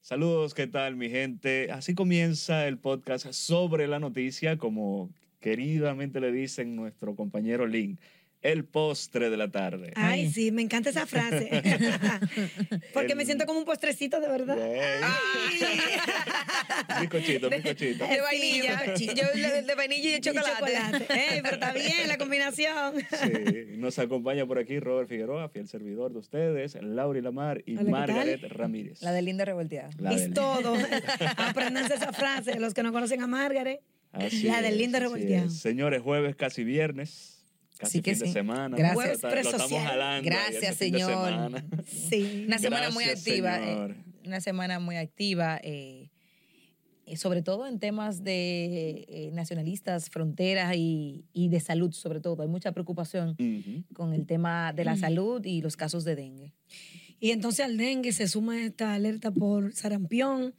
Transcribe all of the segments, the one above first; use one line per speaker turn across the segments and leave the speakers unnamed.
Saludos, ¿qué tal mi gente? Así comienza el podcast sobre la noticia, como queridamente le dicen nuestro compañero Link, el postre de la tarde.
Ay,
Ay.
sí, me encanta esa frase. Porque me
El-
siento como un postrecito, de verdad.
Bicochito, bicochito.
De vainilla.
Sí,
Yo de, de vainilla y de
Y chocolate.
chocolate.
Ey, pero está bien la combinación.
Sí, nos acompaña por aquí Robert Figueroa, fiel servidor de ustedes, Lauri Lamar y
Hola, ¿qué
Margaret Ramírez.
La de linda revolteada.
La
es
del-
todo. Aprendanse esa frase. Los que no conocen a Margaret,
Así
la del
es,
lindo
así
revolteado.
es. Señores, jueves casi viernes, casi
Así que
fin de
sí.
semana.
Gracias.
Lo
Jueves
está- lo estamos
presocial.
jalando ahí
Gracias,
este fin de
señor.
semana.
sí.
Una semana muy
Gracias,
activa.
señor.
eh, una semana muy activa. eh, eh, sobre todo en temas de eh, nacionalistas, fronteras y, y de salud, sobre todo. Hay mucha preocupación
Ujú.
con el tema de la
Mm.
salud y los casos de dengue.
Y entonces al dengue se suma esta alerta por sarampión.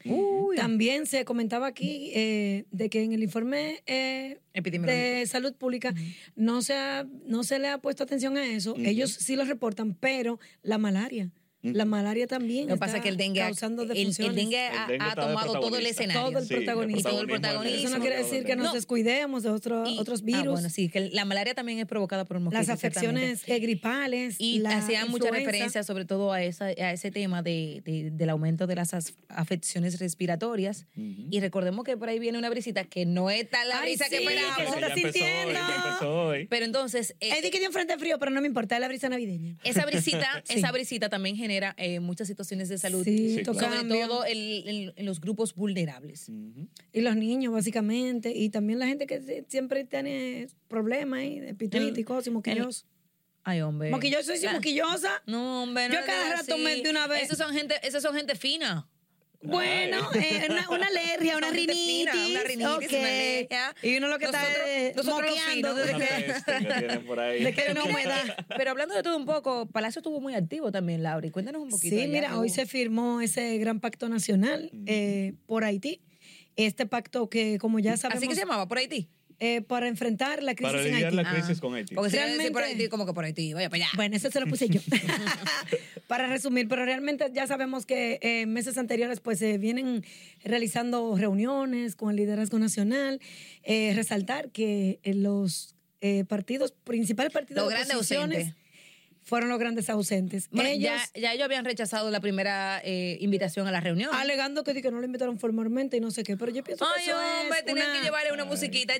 También se comentaba aquí eh, de que en el informe eh,
Epidemiológico.
de salud pública no se, ha- no se le ha puesto atención a eso. Ellos sí lo reportan, pero la malaria. La malaria también.
Lo que pasa es
está
que el dengue, ha-
causando
el, el
defunciones.
dengue
El
ha,
dengue
ha
está de
tomado todo el
protagonista.
escenario.
Todo el
Sí,
protagonismo.
Todo el
protagonismo.
protagonismo.
Eso no quiere decir que nos
No.
descuidemos de otro-
Y-
otros
ah,
virus.
bueno, sí, que la malaria también es provocada por un mosquito.
las
exactamente.
afecciones eh, gripales.
Y
la
hacían mucha
influenza.
referencia sobre todo a, esa, a ese tema de, de- del aumento de las as- afecciones respiratorias. Y recordemos que por ahí viene una brisita que no es tan la
Ay,
brisa que
sí, que
esperábamos.
se está
Ya empezó hoy,
sintiendo.
ya empezó hoy.
Pero entonces, eh,
Eddie que dio un frente frío, pero no me importa, es la brisa navideña.
esa brisita,
Sí.
esa brisita también genera eh, muchas situaciones de salud.
Sí,
Sí,
estos
claro.
Sobre
cambios.
todo el- el- en los grupos vulnerables.
Y los niños, básicamente. Y también la gente que se- siempre tiene problemas ahí de pitritis y cosas, y moquillosos.
Ay, hombre.
Moquilloso, soy
La-
moquillosa.
No, hombre, no
Yo
le
cada
digas
rato
así.
me de una vez.
Esos son gente, esos son gente fina.
Bueno, eh, una, una alergia, una
Son gente
rinitis.
fina, una rinitis,
ok.
una alergia.
Y uno lo que está
Nosotros-
eh,
nosotros los
moqueando
finos.
desde
Una
que,
peste que tienen por ahí.
desde que hay una humedad.
Pero hablando de todo un poco, Palacio estuvo muy activo también, Laura. Y cuéntanos un poquito.
Sí,
allá,
mira,
que
hoy
hubo-
se firmó ese gran pacto nacional eh, por Haití. Este pacto que, como ya sabemos,
Así que se llamaba por Haití.
eh, para enfrentar la crisis
Para
en
aliviar
Haití.
la crisis con Haití.
Ah. Porque si iba a decir
Realmente-
por Haití, como que por Haití, pues vaya para allá.
Bueno, eso se lo puse yo. Para resumir, pero realmente ya sabemos que eh, en meses anteriores pues se vienen realizando reuniones con el liderazgo nacional. Eh, resaltar que eh, los eh, partidos, principales partidos
Los
de
grandes
oposiciones
ausentes.
fueron los grandes ausentes.
Bueno,
Ellos,
ya, ya ellos habían rechazado la primera eh, invitación a la reunión.
alegando que, di que no lo invitaron formalmente y no sé qué, pero yo pienso que
Ay,
eso
hombre,
es
tenían
una-
que llevarle una musiquita.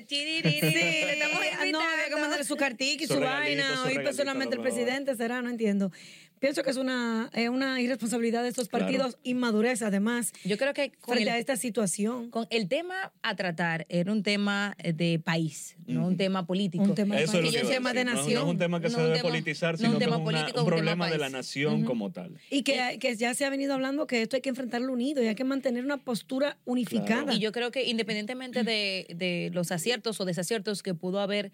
Chiririrí,
Sí,
le
ah,
estamos
no, había que
invitando.
mandarle su cartica y
Su
su
regalito,
vaina.
su
Hoy pues,
regalito,
solamente el
por favor.
presidente será, no entiendo. Pienso que es una, eh, una irresponsabilidad de estos partidos, inmadurez además,
Yo creo que con
frente
el-
a esta situación.
Con el tema a tratar era un tema eh, de país, no un tema político.
Un tema de
Eso es lo
Y
que
un
iba a
tema de
decir. No es- No,
nación.
es un tema que
No
se
un
debe
tema-
politizar,
no
sino
un
que es
tema
una- un
político, un tema
problema de
país.
la nación como tal.
Y que, que ya se ha venido hablando que esto hay que enfrentarlo unido y hay que mantener una postura unificada.
Y yo creo que
Mm.
independientemente de, de los aciertos o desaciertos que pudo haber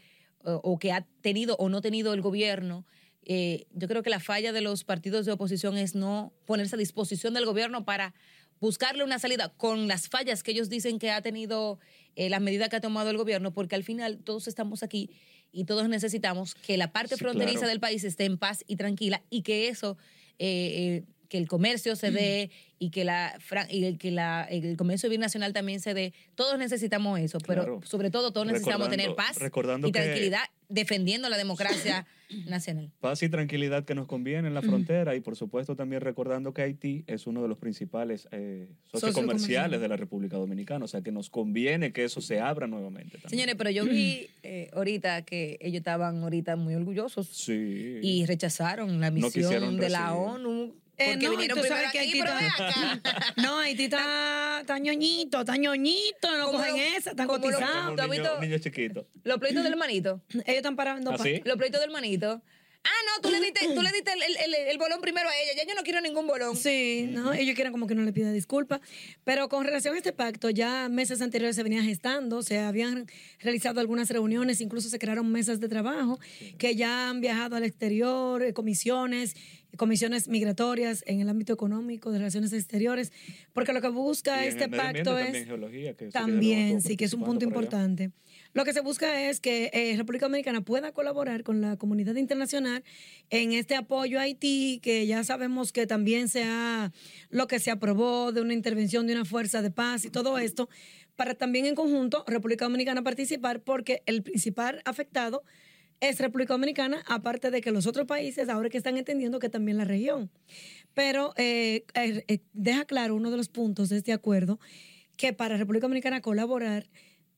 eh, o que ha tenido o no tenido el gobierno, eh, yo creo que la falla de los partidos de oposición es no ponerse a disposición del gobierno para buscarle una salida con las fallas que ellos dicen que ha tenido eh, las medidas que ha tomado el gobierno, porque al final todos estamos aquí y todos necesitamos que la parte
Sí,
fronteriza
claro.
del país esté en paz y tranquila y que eso... eh, eh, que el comercio se dé
Mm.
y que la fran- y el- que la el comercio binacional también se dé. Todos necesitamos eso, pero
Claro.
sobre todo todos necesitamos
Recordando-
tener paz
recordando
y
que-
tranquilidad defendiendo la democracia nacional.
Paz y tranquilidad que nos conviene en la frontera y por supuesto también recordando que Haití es uno de los principales eh, socios
Socio
comerciales
comercial.
de la República Dominicana, o sea que nos conviene que eso se abra nuevamente. También.
Señores, pero yo vi eh, ahorita que ellos estaban ahorita muy orgullosos
sí.
y rechazaron la
No
misión
quisieron
de la
recibir.
ONU
Eh,
porque
no, y
vinieron
tú
primero
sabes que
aquí,
Haití
pero ven
está-
acá.
No, Haití está, está ñoñito, está ñoñito, no
Como
cogen
lo-
esa, están
como lo-
Como
cotizados.
un
¿tú has
niño,
visto?
un niño chiquito.
Los pleitos del hermanito.
Ellos están parando
¿Ah,
pa-
sí?
Los pleitos del hermanito. Ah, no, tú le diste, tú le diste el, el- el- el bolón primero a ella. Ya yo no quiero ningún bolón.
Sí, ¿no? ellos quieren como que no le pida disculpas. Pero con relación a este pacto, ya meses anteriores se venía gestando, se habían realizado algunas reuniones, incluso se crearon mesas de trabajo que ya han viajado al exterior, eh, comisiones, comisiones migratorias en el ámbito económico, de relaciones exteriores, porque lo que
Y
busca
en el
este
medio ambiente
pacto
también
es...
geología, que eso que
También,
yo
sí, que es un punto
participando por allá.
importante. Lo que se busca es que eh, República Dominicana pueda colaborar con la comunidad internacional en este apoyo a Haití, que ya sabemos que también se ha, lo que se aprobó de una intervención de una fuerza de paz y todo esto, para también en conjunto República Dominicana participar, porque el principal afectado es República Dominicana, aparte de que los otros países ahora que están entendiendo que también la región. Pero eh, eh, eh, deja claro uno de los puntos de este acuerdo, que para República Dominicana colaborar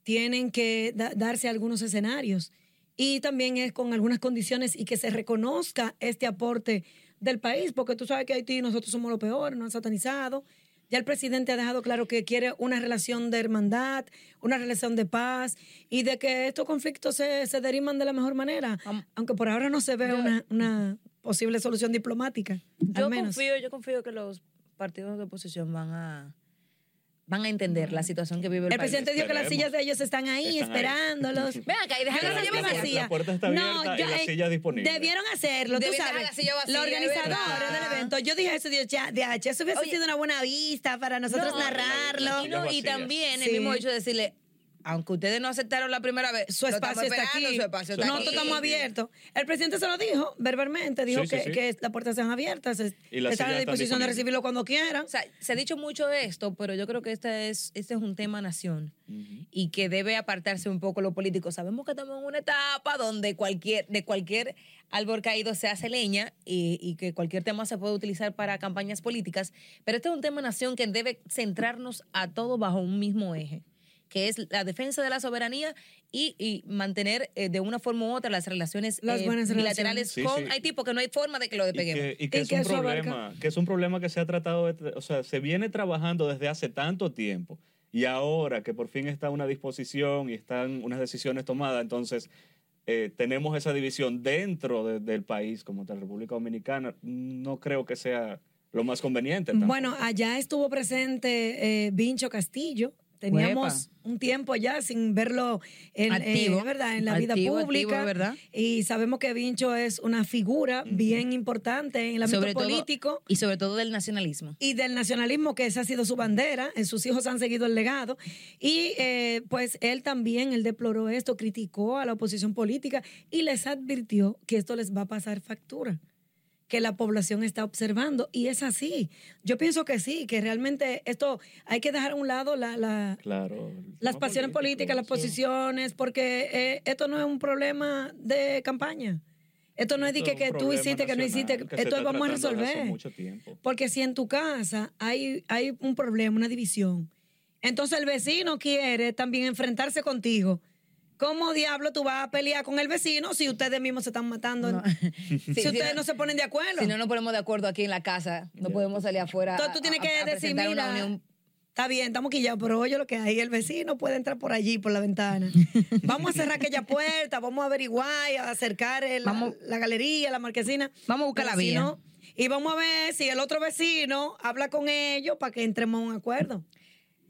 tienen que da- darse algunos escenarios y también es con algunas condiciones y que se reconozca este aporte del país, porque tú sabes que Haití nosotros somos lo peor, nos han satanizado. Ya el presidente ha dejado claro que quiere una relación de hermandad, una relación de paz y de que estos conflictos se, se deriman de la mejor manera,
Am-
aunque por ahora no se ve
Yo-
una, una posible solución diplomática,
Yo
al menos.
confío, yo confío que los partidos de oposición van a van a entender la situación que vive el,
El
país.
presidente dijo que las
Esperemos.
sillas de ellos están ahí
Están ahí.
esperándolos.
Ven acá y deja que
Pero
se
la-
lleven
la-
la
la
silla.
puerta está abierta y la
eh,
silla disponible.
Debieron hacerlo, tú
Debieron dejar
sabes.
la silla vacía,
los
es
organizadores
verdad.
Ah.
del evento. Yo dije eso, Dios, ya, de H, eso hubiese
Oye.
sido una buena vista para nosotros
No,
narrarlo.
Y, no, y
vacías.
también
Sí.
el mismo hecho de decirle, aunque ustedes no aceptaron la primera vez,
Su
lo
espacio,
estamos
está aquí.
esperando, su espacio está
Nosotros
aquí.
estamos abiertos. El presidente se lo dijo verbalmente, dijo
Sí, sí,
que,
sí.
que las puertas están abiertas, es-
Y las
están a
sillas están
disposición de
disponibles.
recibirlo cuando quieran.
O sea, se ha dicho mucho esto, pero yo creo que este es, este es un tema nación y que debe apartarse un poco lo político. Sabemos que estamos en una etapa donde cualquier, de cualquier árbol caído se hace leña y, y que cualquier tema se puede utilizar para campañas políticas, pero este es un tema nación que debe centrarnos a todos bajo un mismo eje que es la defensa de la soberanía y, y mantener eh, de una forma u otra las relaciones
Las
eh,
buenas relaciones.
bilaterales
Sí,
con
sí.
Haití, porque no hay forma de que lo
Y
despeguemos.
que, y que
Y
es
que
un
eso abarca-
problema, que es un problema que se ha tratado, de tra- o sea, se viene trabajando desde hace tanto tiempo y ahora que por fin está una disposición y están unas decisiones tomadas, entonces eh, tenemos esa división dentro de- del país como tal, República Dominicana, no creo que sea lo más conveniente. tampoco.
Bueno, allá estuvo presente eh, Vincho Castillo. Teníamos un tiempo ya sin verlo en,
Activo.
eh, ¿verdad? en la vida
Activo, activo,
pública.
¿verdad?
Y sabemos que Vincho es una figura bien importante en el ámbito
Sobre todo-
político
y sobre todo del nacionalismo.
y del nacionalismo, que esa ha sido su bandera, eh, sus hijos han seguido el legado, y eh, pues él también, él deploró esto, criticó a la oposición política y les advirtió que esto les va a pasar factura, que la población está observando, y es así. Yo pienso que sí, que realmente esto hay que dejar a un lado la- la,
claro. el
las
tema
pasiones
político,
políticas, las
sí.
posiciones, porque eh, esto no es un problema de campaña. Esto no es de
Esto
que,
es un
que tú
problema
hiciste, que no
nacional
hiciste,
que se
esto
está
vamos a
tratando desde hace
resolver.
mucho tiempo.
Porque si en tu casa hay, hay un problema, una división, entonces el vecino quiere también enfrentarse contigo. ¿Cómo diablo tú vas a pelear con el vecino si ustedes mismos se están matando?
No.
Si,
Sí, sí,
ustedes
no.
no se ponen de acuerdo.
Si no nos ponemos de acuerdo aquí en la casa, no
pues
podemos salir afuera.
Entonces tú
a-
tienes
a-
que
a
decir,
presentar una
mira,
unión.
está bien, estamos quillados, pero oye lo que hay, el vecino puede entrar por allí, por la ventana. Vamos a cerrar aquella puerta, vamos a averiguar, a acercar el-
Vamos-
la galería, la marquesina.
Vamos a buscar
Pero
la
si
vía.
no, y vamos a ver si el otro vecino habla con ellos para que entremos a un acuerdo.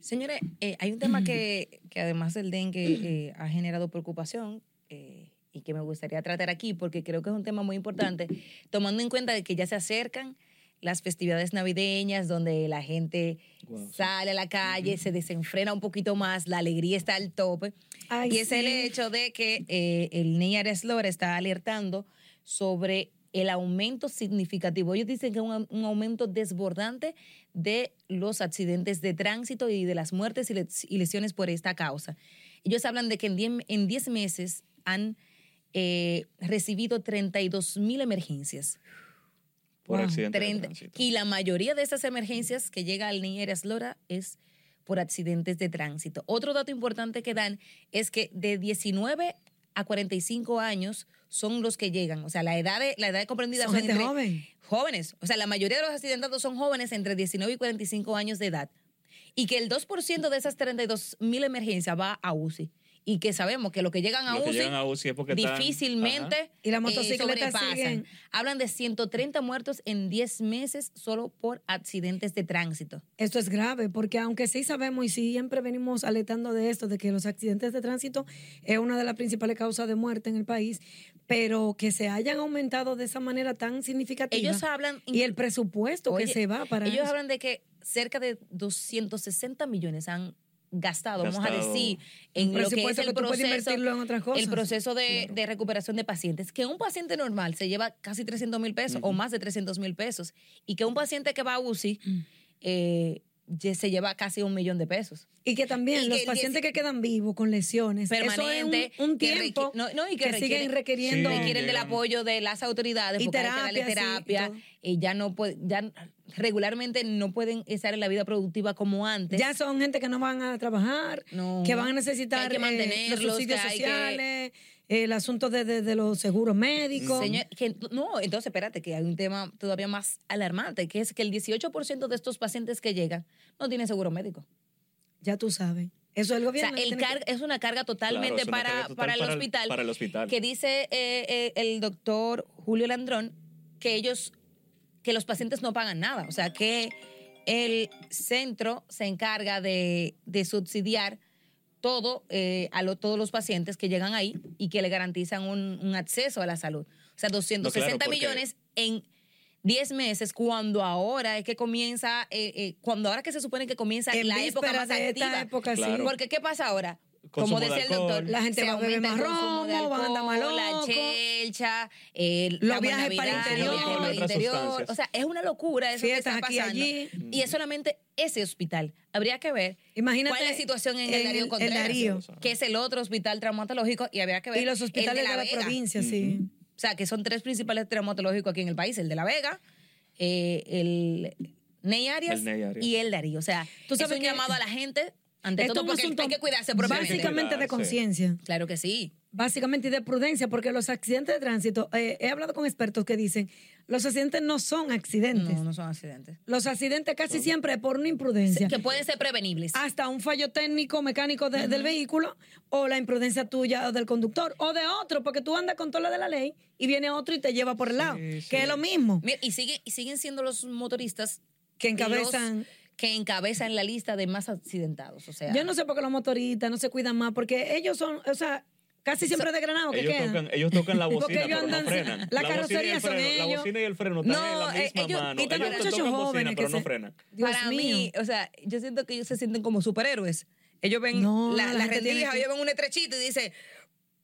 Señores, eh, hay un tema que, que además del dengue eh, ha generado preocupación eh, y que me gustaría tratar aquí porque creo que es un tema muy importante, tomando en cuenta de que ya se acercan las festividades navideñas donde la gente
Guau, sí.
sale a la calle, se desenfrena un poquito más, la alegría está al tope.
Ay,
y es el
sí.
hecho de que eh, el Ney Arias Lora está alertando sobre el aumento significativo. Ellos dicen que es un, un aumento desbordante de los accidentes de tránsito y de las muertes y, les- y lesiones por esta causa. Ellos hablan de que en 10 en 10 meses han eh, recibido 32 mil emergencias.
Por
Wow.
accidente de
30.
tránsito.
Y la mayoría de esas emergencias que llega al Niñera Lora es por accidentes de tránsito. Otro dato importante que dan es que de 19 a 45 años son los que llegan. O sea, la edad, de- la edad comprendida
Son gente
entre-
joven.
Jóvenes. O sea, la mayoría de los accidentados son jóvenes entre 19 y 45 años de edad. Y que el 2% de esas 32 mil emergencias va a UCI. Y que sabemos que los que llegan a
Los que
UCI
llegan a UCI es porque están-
difícilmente eh,
Ajá.
Y las motocicletas
sobrepasan.
siguen.
Hablan de 130 muertos en 10 meses solo por accidentes de tránsito.
Esto es grave, porque aunque sí sabemos y siempre venimos alertando de esto, de que los accidentes de tránsito es una de las principales causas de muerte en el país, pero que se hayan aumentado de esa manera tan significativa.
Ellos hablan
Y el presupuesto
Oye,
que se va para
Ellos
eso.
hablan de que cerca de 260 millones han gastado, vamos a
Gastado.
decir,
Un
en lo que es
presupuesto
el
que tú puedes
proceso,
invertirlo en otras cosas.
el proceso de,
Claro.
de recuperación de pacientes, que un paciente normal se lleva casi 300 mil pesos o más de 300 mil pesos, y que un paciente que va a UCI
Mm.
eh, ye- se lleva casi un millón de pesos.
Y que también
Y que
los
el
pacientes
10
que quedan vivos con lesiones,
Permanente,
eso es un- un,
que requi-
tiempo
no, no, y que
que, siguen
requiere-
requiriendo.
Sí,
requieren del
llegan.
apoyo de las autoridades
Y
porque hay que darle
terapia, sí, y
terapia
todo.
y ya no puede- ya regularmente no pueden estar en la vida productiva como antes
Ya son gente que no van a trabajar,
No.
que van a
Hay
necesitar
que
eh,
mantenerlos,
los subsidios
que hay que-
sociales, el asunto de, de- de los seguros médicos.
Mm. Señor, que- no, entonces espérate, que hay un tema todavía más alarmante, que es que el 18% de estos pacientes que llegan no tienen seguro médico.
Ya tú sabes. Eso es el
O sea,
gobierno. que
el
tiene que-
carga- es una carga totalmente
es una
para,
carga total
para el
para el-
hospital.
para el hospital.
Que dice eh, eh, el doctor Julio Landrón que ellos, que los pacientes no pagan nada. O sea, que el centro se encarga de, de subsidiar todo eh, a lo- todos los pacientes que llegan ahí y que le garantizan un, un acceso a la salud. O sea, 260
porque-
millones en 10 meses, cuando ahora es que comienza, eh, eh, cuando ahora que se supone que comienza
en
la época
vísperas
más
de esta
activa.
época, sí.
Claro.
Porque ¿qué pasa ahora?
Consumo
Como decía
de
el doctor,
alcohol.
La gente
se
va a beber
aumenta el
más
consumo de
romo, van a andar más
alcohol,
locos.
La chelcha, el,
Los
la buena
viajes para el
vida,
interior.
los viajes para el
Otras
interior.
sustancias.
O sea, es una locura eso
Fiestas
que
aquí y
está pasando.
allí.
Y es solamente ese hospital. Habría que ver
Imagínate
cuál es la situación en el
en el-
Darío
el
Contreras,
Darío.
que es el otro hospital traumatológico, y habría que ver
Y los
el
hospitales de la,
Vega.
provincia, sí.
O sea, que son tres principales traumatológicos aquí en el país, el de La Vega, eh, el Ney Arias,
El Ney Arias.
y el Darío. O sea,
Tú
es
sabes
un
que-
llamado a la gente, ante
Esto
todo,
es un
porque
asunto
hay que cuidarse propiamente.
Básicamente de
Cuidarse.
conciencia.
Claro que sí.
Básicamente y de prudencia, porque los accidentes de tránsito, eh, he hablado con expertos que dicen, los accidentes no son accidentes.
No, no son accidentes.
Los accidentes casi siempre es por una imprudencia.
Que pueden ser prevenibles.
Hasta un fallo técnico, mecánico de- del vehículo, o la imprudencia tuya o del conductor, o de otro, porque tú andas con toda la de la ley y viene otro y te lleva por el lado,
sí.
que es lo mismo
Mira, y, sigue- y siguen siendo los motoristas
que encabezan.
los que encabezan la lista de más accidentados. O sea,
Yo no sé por qué los motoristas no se cuidan más, porque ellos son, o sea, casi siempre de granado que
Ellos
quedan.
tocan, ellos tocan la
Porque
bocina,
ellos
pero no
andan-
frenan.
la
bocina y el
carrocería son
freno, La
ellos.
bocina y el freno están en
No,
la misma
eh, ellos-
mano.
y
Ellos
también
to-
muchachos
tocan
jóvenes
bocina,
que
pero no
se-
frenan.
Dios
para
mío.
mí, o sea, yo siento que ellos se sienten como superhéroes. Ellos ven
No,
la,
la
la
gente tiene
rendija,
que-
ellos ven un estrechito y dicen,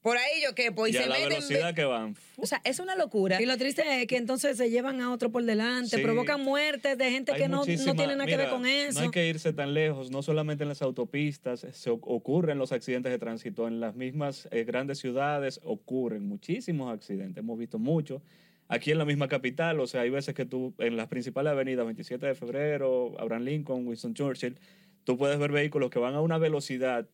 por ahí yo que pues, y
Y a
se
la
meten.
velocidad que van.
O sea, es una locura.
Y lo triste es que entonces se llevan a otro por delante,
Sí.
provocan muertes de gente
Hay
que no, no
muchísima-
tiene nada que ver
mira,
con eso.
No hay que irse tan lejos, no solamente en las autopistas, se o- ocurren los accidentes de tránsito, en las mismas eh, grandes ciudades ocurren muchísimos accidentes, hemos visto muchos. Aquí en la misma capital, o sea, hay veces que tú en las principales avenidas, 27 de febrero, Abraham Lincoln, Winston Churchill, tú puedes ver vehículos que van a una velocidad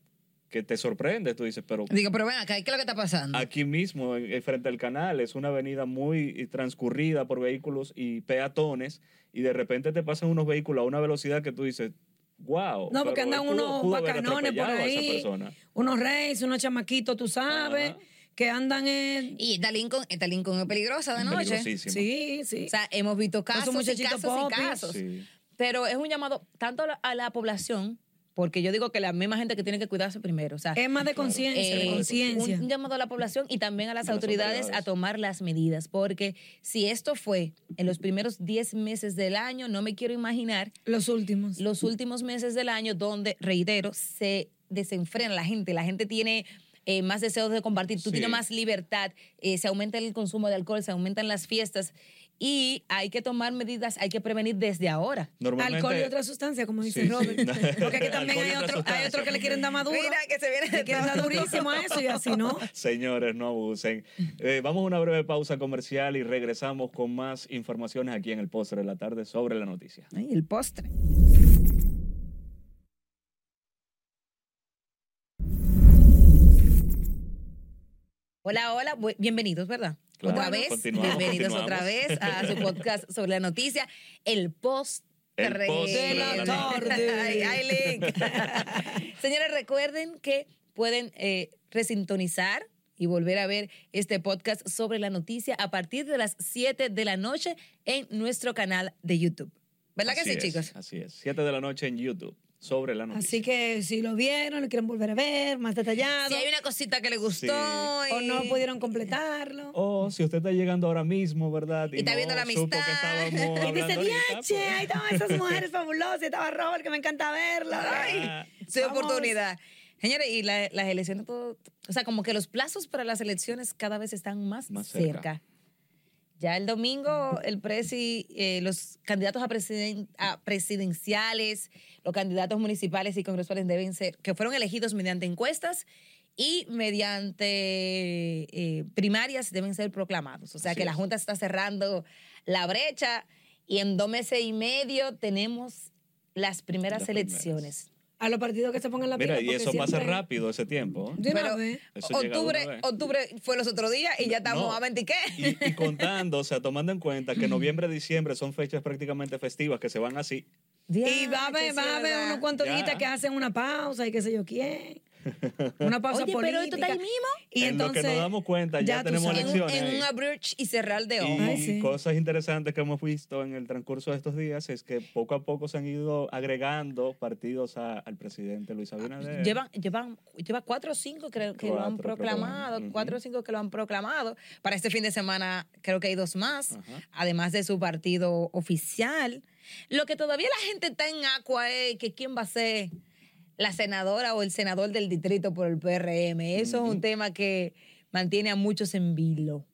que te sorprende, tú dices, pero
Digo, pero ven acá, ¿qué es lo que está pasando?
Aquí mismo, en- en frente al canal, es una avenida muy eh, transcurrida por vehículos y peatones, y de repente te pasan unos vehículos a una velocidad que tú dices, wow.
No, porque andan unos bacanones por ahí,
persona.
unos reyes, unos chamaquitos, tú sabes,
Ajá.
que andan en...
Y esta Lincoln, esta Lincoln es peligrosa de noche.
Peligrosísimo.
Sí, sí.
O sea, hemos visto
Esos
casos y
muchachitos
casos
popis.
y casos.
Sí.
Pero es un llamado tanto a la, a la población, porque yo digo que la misma gente que tiene que cuidarse primero. O sea,
es más de conciencia,
eh,
de
un-
conciencia.
un, un llamado a la población y también a las,
A las
autoridades,
autoridades.
a tomar las medidas, porque si esto fue en los primeros 10 meses del año, no me quiero imaginar
Los últimos.
los últimos meses del año donde, reitero, se desenfrena la gente, la gente tiene... eh, más deseos de compartir, tú
Sí.
tienes más libertad, eh, se aumenta el consumo de alcohol, se aumentan las fiestas y hay que tomar medidas, hay que prevenir desde ahora.
Normalmente,
Alcohol y otra sustancia, como dice
Sí, sí.
Robert. Porque aquí también
Alcohol y otra
hay otros hay
sustancia,
otro que le
muy
quieren
bien.
dar madura.
que se viene
Le quieren dar durísimo a eso y así, ¿no?
Señores, no abusen. Eh, vamos a una breve pausa comercial y regresamos con más informaciones aquí en el postre de la tarde sobre la noticia.
el postre. Hola, hola, bu- bienvenidos, ¿verdad?
Claro,
otra vez,
continuamos,
bienvenidos
continuamos.
otra vez a su podcast sobre la noticia, el postre.
El postre
de la tarde.
Ay, ay, Link. Señores, recuerden que pueden eh, resintonizar y volver a ver este podcast sobre la noticia a partir de las 7 de la noche en nuestro canal de YouTube. ¿Verdad
Así
que sí,
es,
chicos?
Así es. 7 de la noche en YouTube sobre la noticia.
Así que si lo vieron, lo quieren volver a ver, más detallado,
Si hay una cosita que le gustó
Sí.
o
y-
no pudieron completarlo.
O Oh, si usted está llegando ahora mismo, ¿verdad?
Y está viendo la
supo que
amistad.
estábamos
Y
hablando
dice,
ahorita, pues.
diache, ahí estaban esas mujeres fabulosas, y estaba Robert, que me encanta verla.
pues,
Ay.
ah,
su oportunidad. Señores, y la- las elecciones, todo- o sea, como que los plazos para las elecciones cada vez están más,
Más cerca.
cerca. Ya el domingo, el presi, eh, los candidatos a, presiden- a presidenciales, los candidatos municipales y congresuales deben ser, que fueron elegidos mediante encuestas y mediante eh, primarias deben ser proclamados. O sea,
Así
que la
es.
Junta está cerrando la brecha y en dos meses y medio tenemos las primeras
Las primeras.
elecciones.
A los partidos que se pongan la pila.
Mira, y
porque
eso pasa
siempre-
rápido ese tiempo. ¿eh?
De una
Pero
vez.
Eso llega de una
octubre,
vez.
octubre fue los otros días y ya estamos
No.
a 20 y qué.
Y, y contando, o sea, tomando en cuenta que noviembre, diciembre son fechas prácticamente festivas que se van así.
Y va a haber, va a haber unos cuantos
Ya.
días que hacen una pausa y qué sé yo quién. Una pausa
Oye,
política.
pero esto está ahí mismo.
Y
En lo que
entonces,
nos damos cuenta, ya
tú
tenemos
sabes.
En un-
elecciones.
En,
ahí.
un abrir y cerrar de
Y
ojos.
Ay, sí.
cosas interesantes que hemos visto en el transcurso de estos días es que poco a poco se han ido agregando partidos a- al presidente
Ah,
Luis Abinader.
Llevan, llevan, lleva cuatro o cinco creo que lo
Cuatro,
han
creo que
proclamado,
van. Ujú.
cuatro o cinco que lo han proclamado. Para este fin de semana creo que hay dos más,
Ajá.
además de su partido oficial. Lo que todavía la gente está en agua es que quién va a ser la senadora o el senador del distrito por el PRM. Eso es un tema que mantiene a muchos en vilo.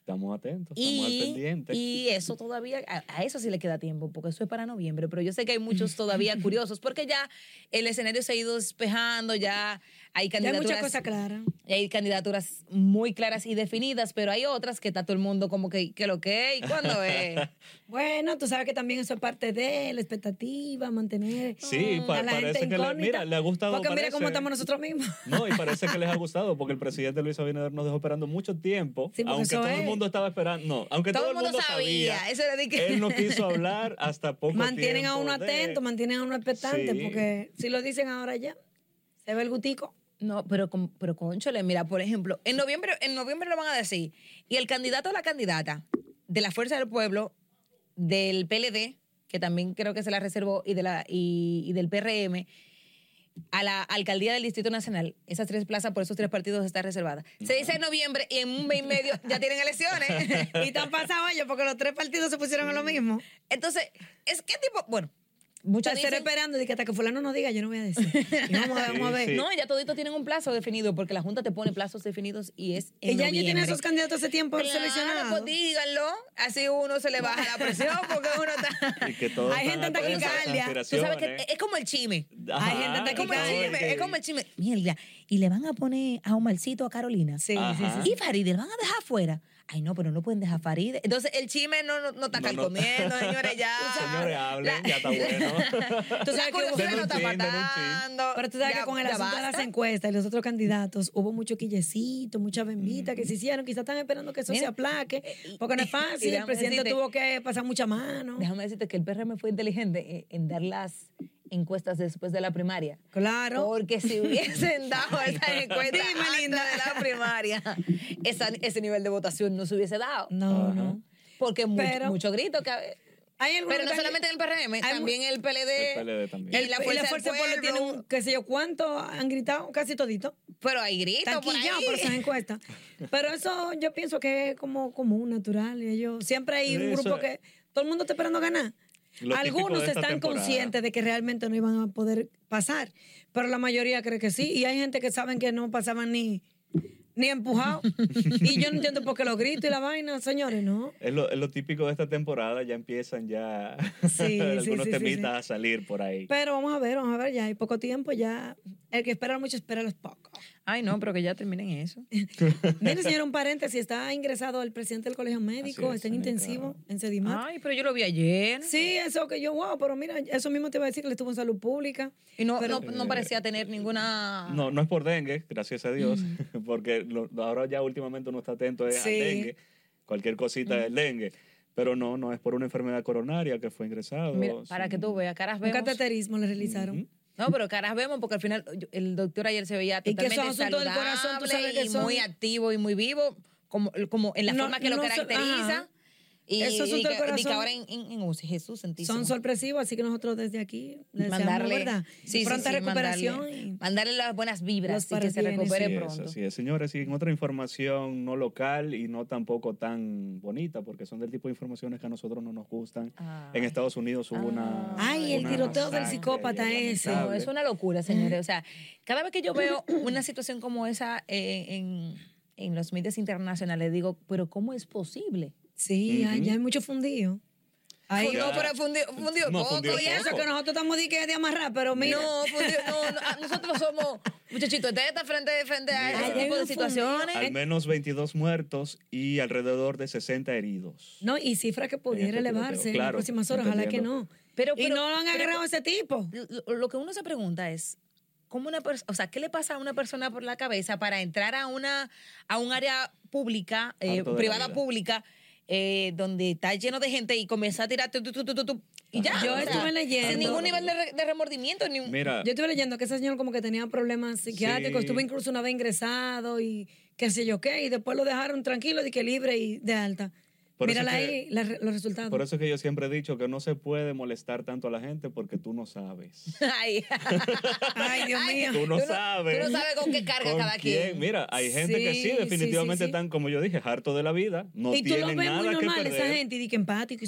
Estamos atentos, estamos al
Y,
pendiente.
y eso todavía, a, a eso sí le queda tiempo, porque eso es para noviembre, pero yo sé que hay muchos todavía curiosos, porque ya el escenario se ha ido despejando, ya
ya
hay
hay
candidaturas,
muchas cosas claras.
y hay candidaturas muy claras y definidas, pero hay otras que está todo el mundo como que, que lo que, y cuándo es.
Bueno, tú sabes que también eso es parte de la expectativa, mantener
Sí,
a
pa-
la
parece
gente
que le-
incógnita.
mira, le ha gustado,
Porque mira
parece.
cómo estamos nosotros mismos.
No, y parece que les ha gustado porque el presidente Luis Abinader nos dejó esperando mucho tiempo,
Sí, porque
aunque
eso
todo el
es.
mundo estaba esperando, no, aunque todo, el mundo sabía.
eso era de que...
Él no quiso hablar hasta poco
Mantienen a
tiempo
uno
de-
atento, mantienen a uno expectante,
Sí.
porque si lo dicen ahora ya, se ve el gutico.
No, pero, con- pero conchole, mira, por ejemplo, en noviembre, en noviembre lo van a decir. Y el candidato o la candidata de la Fuerza del Pueblo, del PLD, que también creo que se la reservó, y, de la, y, y del PRM, a la alcaldía del Distrito Nacional, esas tres plazas por esos tres partidos está reservada. Se dice en noviembre y en un mes y medio ya tienen elecciones.
y tan pasado ellos, porque los tres partidos se pusieron a lo mismo.
Entonces, es que tipo, bueno,
Muchas
muchas
estar
dicen-
esperando y que hasta que fulano no diga, yo no voy a decir. Y vamos a ver,
Sí,
vamos a ver.
sí.
No, ya todito tienen un plazo definido, porque la Junta te pone plazos definidos y es en
Y ya yo tiene
noviembre.
esos candidatos hace tiempo
Claro,
seleccionados.
pues díganlo, así uno se le baja la presión porque uno está...
Y que todos
Hay
están
gente en
atentos a esas
taquicardia.
Tú sabes que
aspiraciones.
es como el chisme.
eh. Ajá,
hay gente en
Es como el
no,
taquicardia.
chisme,
que-
es como el chisme. Mira, y le van a poner a Omarcito a Carolina.
Sí, sí,
Ajá.
sí.
Y Faride, ¿la van a dejar afuera. Ay, no, pero no pueden dejar a Faride. Entonces, el chisme no, no, no está
No, no.
calcomiendo, señores, ya.
Señores, hablen, ya está bueno.
Tú sabes
La
que
curiosidad
hubo-
no está
Den un chin, den un chin.
matando.
Pero tú sabes
Oh, Ya-
que con el
ya
asunto de las
basta.
encuestas y los otros candidatos hubo mucho quillecito, mucha bembita que se hicieron. Quizás están esperando que eso
Mm. Mira, eh,
se aplaque,
y-
porque no es
y
fácil. El
déjame
presidente
decirte-
tuvo que pasar mucha mano.
Déjame decirte que el PRM fue inteligente eh, en, en dar las encuestas después de la primaria.
Claro.
Porque si hubiesen dado esas encuestas
Dime,
antes
linda.
de la primaria, esa- ese nivel de votación no se hubiese dado.
No, no.
Porque mu-
Pero-
mucho grito. Que,
Hay algunos
Mm. pero no
que-
solamente en el PRM,
hay mu-
también el PLD.
El PLD también.
Y la fuerza, del pueblo.
tiene un, qué sé yo, ¿cuánto han gritado? Casi todito.
Pero hay grito por
Tanquillado por esas
ahí.
encuestas. Pero eso yo pienso que es como común, natural. y ellos- siempre hay un
Eso-
grupo que todo el mundo está esperando ganar.
Lo típico
Algunos
de esta
están
temporada.
conscientes de que realmente no iban a poder pasar, pero la mayoría cree que sí. Y hay gente que saben que no pasaban ni, ni empujado. y yo no entiendo por qué los gritos y la vaina, señores, ¿no?
Es lo, es lo típico de esta temporada, ya empiezan ya
sí,
algunos
sí, sí,
temitas
sí.
a salir por ahí.
Pero vamos a ver, vamos a ver, ya hay poco tiempo, ya el que espera mucho espera los pocos.
Ay, no, pero que ya terminen eso.
Mire, señor, un paréntesis, está ingresado el presidente del Colegio Médico,
es,
está en
Anita.
intensivo, en Sedimat.
Ay, pero yo lo vi ayer.
Sí, eso que yo, wow, pero mira, eso mismo te iba a decir que le estuvo en salud pública.
Y no, no, no parecía tener ninguna.
Eh, No, no es por dengue, gracias a Dios, porque lo- ahora ya últimamente uno está atento es
Sí.
a dengue, cualquier cosita del dengue, pero no, no es por una enfermedad coronaria que fue ingresado.
Mira,
sí.
para que tú veas, caras
Un
vemos.
cateterismo le realizaron.
No, pero caras vemos porque al final yo- el doctor ayer se veía
Y que esos asuntos
totalmente
del
saludable
corazón, tú sabes que
y
son-
muy activo y muy vivo, como, como en la
No-
forma que lo
no se-
caracteriza.
ajá.
Y,
Eso es
y
otro
que- y que
corazón.
ahora en, en- en UCI, Jesús santísimo.
Son sorpresivos, así que nosotros desde aquí les deseamos, ¿verdad?
sí, sí,
pronta
sí,
recuperación.
mandarle,
y-
mandarle las buenas
Los
vibras y que se
parabienes.
recupere
Así es,
pronto.
así es, señores. Y en otra información no local y no tampoco tan bonita, porque son del tipo de informaciones que a nosotros no nos gustan. En
Ay.
Estados Unidos hubo una.
Ay, el
una
tiroteo del
masacre
psicópata
lamentable.
ese.
No, es una locura, señores. O sea, cada vez que yo veo una situación como esa eh, en, en los medios internacionales, digo, pero ¿cómo es posible?
Sí, ay,
Ujú.
ya hay mucho fundido. Ay,
Ya.
no, pero fundió, fundió
No,
coco
fundió
y
y eso
poco.
que nosotros estamos di que de amarrar, pero mira.
No, fundió- no, no, ah, nosotros somos muchachitos teta frente, frente a
Mira.
ese tipo de situaciones.
Al menos 22 muertos y alrededor de 60 heridos.
No, y cifras que pudiera
este tiroteo,
elevarse en las
claro,
próximas horas, ojalá que
entendiendo.
no.
Pero-
y
pero-
no lo han
pero-
agarrado a ese tipo.
Lo, lo que uno se pregunta es, ¿cómo una persona, o sea, qué le pasa a una persona por la cabeza para entrar a una a un área pública, eh,
Harto de la
privada
vida.
pública, eh, donde está lleno de gente y comienza a tirar tu, tu, tu, tu, tu, tu, y ya?
Yo
o sea,
estuve leyendo.
Sin ningún nivel de, re- de remordimiento, ni un-
Mira,
Yo estuve leyendo que ese señor como que tenía problemas psiquiátricos,
Sí.
estuvo incluso una vez ingresado y qué sé yo qué, y después lo dejaron tranquilo, de que libre y de alta.
Por eso
Mírala
es que-
ahí la re- los resultados.
por eso es que yo siempre he dicho que no se puede molestar tanto a la gente porque tú no sabes.
Ay.
Ay, Dios mío.
Tú no
Tú no-
sabes.
tú no sabes con qué carga
¿Con
cada quien.
Mira, hay gente que
Sí,
sí,
sí,
definitivamente
sí, sí.
están, como yo dije, harto de la vida. No
y tú
tienen
lo ves
nada
muy
que
normal
perder.
esa gente, y di que empático y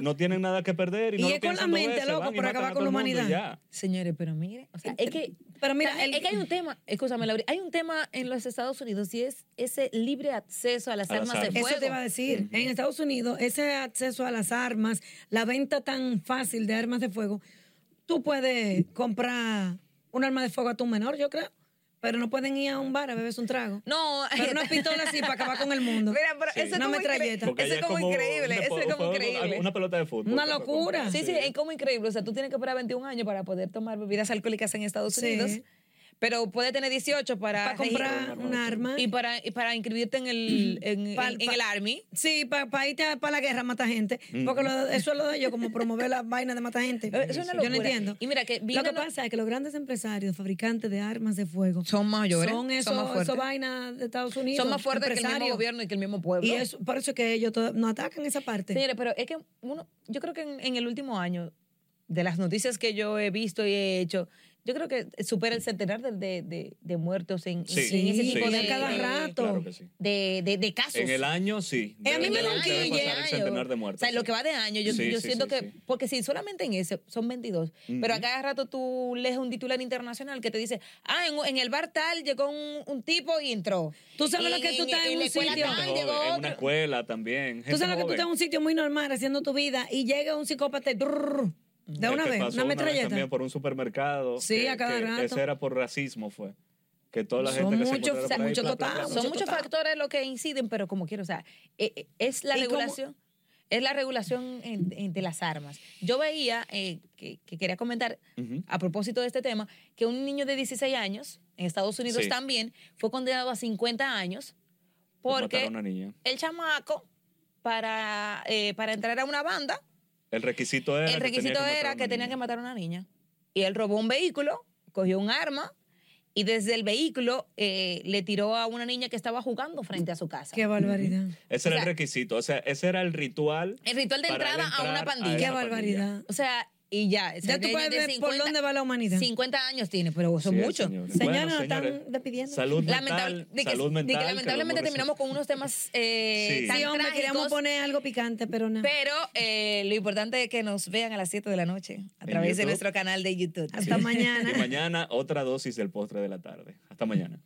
Sí, no tienen nada que perder. Y,
Y
no lo
es con la
piensan dos
mente,
veces,
loco,
van y
para
matan
acabar
a
con
todo
la
el mundo y
humanidad.
ya.
Señores, pero mire, o sea, es que
Pero mira,
también
el-
es que hay un tema, escúchame, Laura, hay un tema en los Estados Unidos y es ese libre acceso a las
A las
armas de
armas.
fuego.
Eso te iba a decir. En Estados Unidos, ese acceso a las armas, la venta tan fácil de armas de fuego, tú puedes comprar un arma de fuego a tu menor, yo creo, pero no pueden ir a un bar a beberse un trago.
No,
Pero una pistola así para acabar con el mundo.
Mira, pero
Sí.
eso es
Una
como
metralleta.
increíble.
Porque
Eso
allá
es como increíble.
una
Eso es
po-
como
fue una-
increíble.
Una pelota de fútbol.
Una
que fue
locura.
como-
Sí, sí, es como increíble. O sea, tú tienes que esperar 21 años para poder tomar bebidas alcohólicas en Estados
Sí.
Unidos, pero puedes tener 18 para,
Para comprar un arma.
y para, y para inscribirte en el, en,
Pa-
en- en
pa-
el Army.
Sí, para irte a- pa la guerra mata gente. Porque lo- eso es lo de ellos, como promover la vaina de mata gente.
Eh, Mm. Es una locura.
Yo no entiendo.
Y mira que
Lo
viene
que pasa es que los grandes empresarios, fabricantes de armas de fuego,
Son mayores,
Son
son
esos-
más fuertes.
esos vainas de Estados Unidos.
son más fuertes que el mismo
empresarios.
gobierno y que el mismo pueblo.
Y eso, por eso es que ellos to- no atacan esa parte.
Señores, pero es que uno, yo creo que en, en el último año, de las noticias que yo he visto y he hecho, yo creo que supera el centenar de, de- de- de muertos en, en-
Sí,
en ese
sí,
tipo
sí,
de,
sí,
cada
de-
rato.
Claro que sí.
de, de- de casos.
En el año, sí.
Eh, a mí
Debe-
me
debe
da un
pasar el
quille
centenar de muertos.
O sea, lo
sí.
que va de año, yo,
Sí,
yo
sí,
siento
sí,
que.
sí.
Porque si solamente en ese son 22. Pero a cada rato tú lees un titular internacional que te dice: Ah, en, en el bar tal llegó un, un tipo y entró.
Tú sabes
Y e-,
lo que tú estás en
la
un
escuela
sitio.
tal
Gente
llegó
joven, en una
otro.
escuela también.
Tú sabes lo que tú estás en un sitio muy normal haciendo tu vida y llega un psicópata y brrr, de una vez, una metralleta.
también por un supermercado.
Sí,
que-
a cada
que
rato.
Ese era por racismo, fue. Que toda la
Son
gente que se
muchos-
encontrara por
son
ahí,
muchos
bla, bla, bla,
Ah, total,
bla,
Son
bla.
muchos factores los que inciden, pero como quiero, o sea, eh, eh, es la
¿Y cómo?
regulación. Es la regulación en- en- de las armas. Yo veía, eh, que, que quería comentar
Ujú.
a propósito de este tema, que un niño de 16 años, en Estados Unidos
Sí.
también, fue condenado a 50 años
Por matar
porque
a una niña.
el chamaco, para, eh, para entrar a una banda,
El requisito era.
el
que tenía
requisito
matar a
era
una
que tenía
niña.
que matar a una niña. Y él robó un vehículo, cogió un arma y desde el vehículo eh, le tiró a una niña que estaba jugando frente a su casa.
Qué barbaridad.
Ese era
o sea,
el requisito. O sea, ese era el ritual.
El ritual de
para él
entrada a una
entrar
pandilla.
esa
Qué
pandilla.
barbaridad.
O sea, y ya.
Ya tú puedes ver por dónde va la humanidad.
50 años tiene, pero son
Sí,
muchos.
señores.
Señora,
Bueno,
nos
señores,
están despidiendo.
Salud mental.
Lamentable- de que-
salud
de que
mental.
lamentablemente
que lo hemos
terminamos con unos temas eh,
Sí.
tan
Sí, hombre, queríamos
trágicos,
poner algo picante, pero no.
pero eh, lo importante es que nos vean a las 7 de la noche a
En
través de
YouTube.
nuestro canal de YouTube.
Hasta mañana.
Y mañana otra dosis del postre de la tarde. Hasta mañana.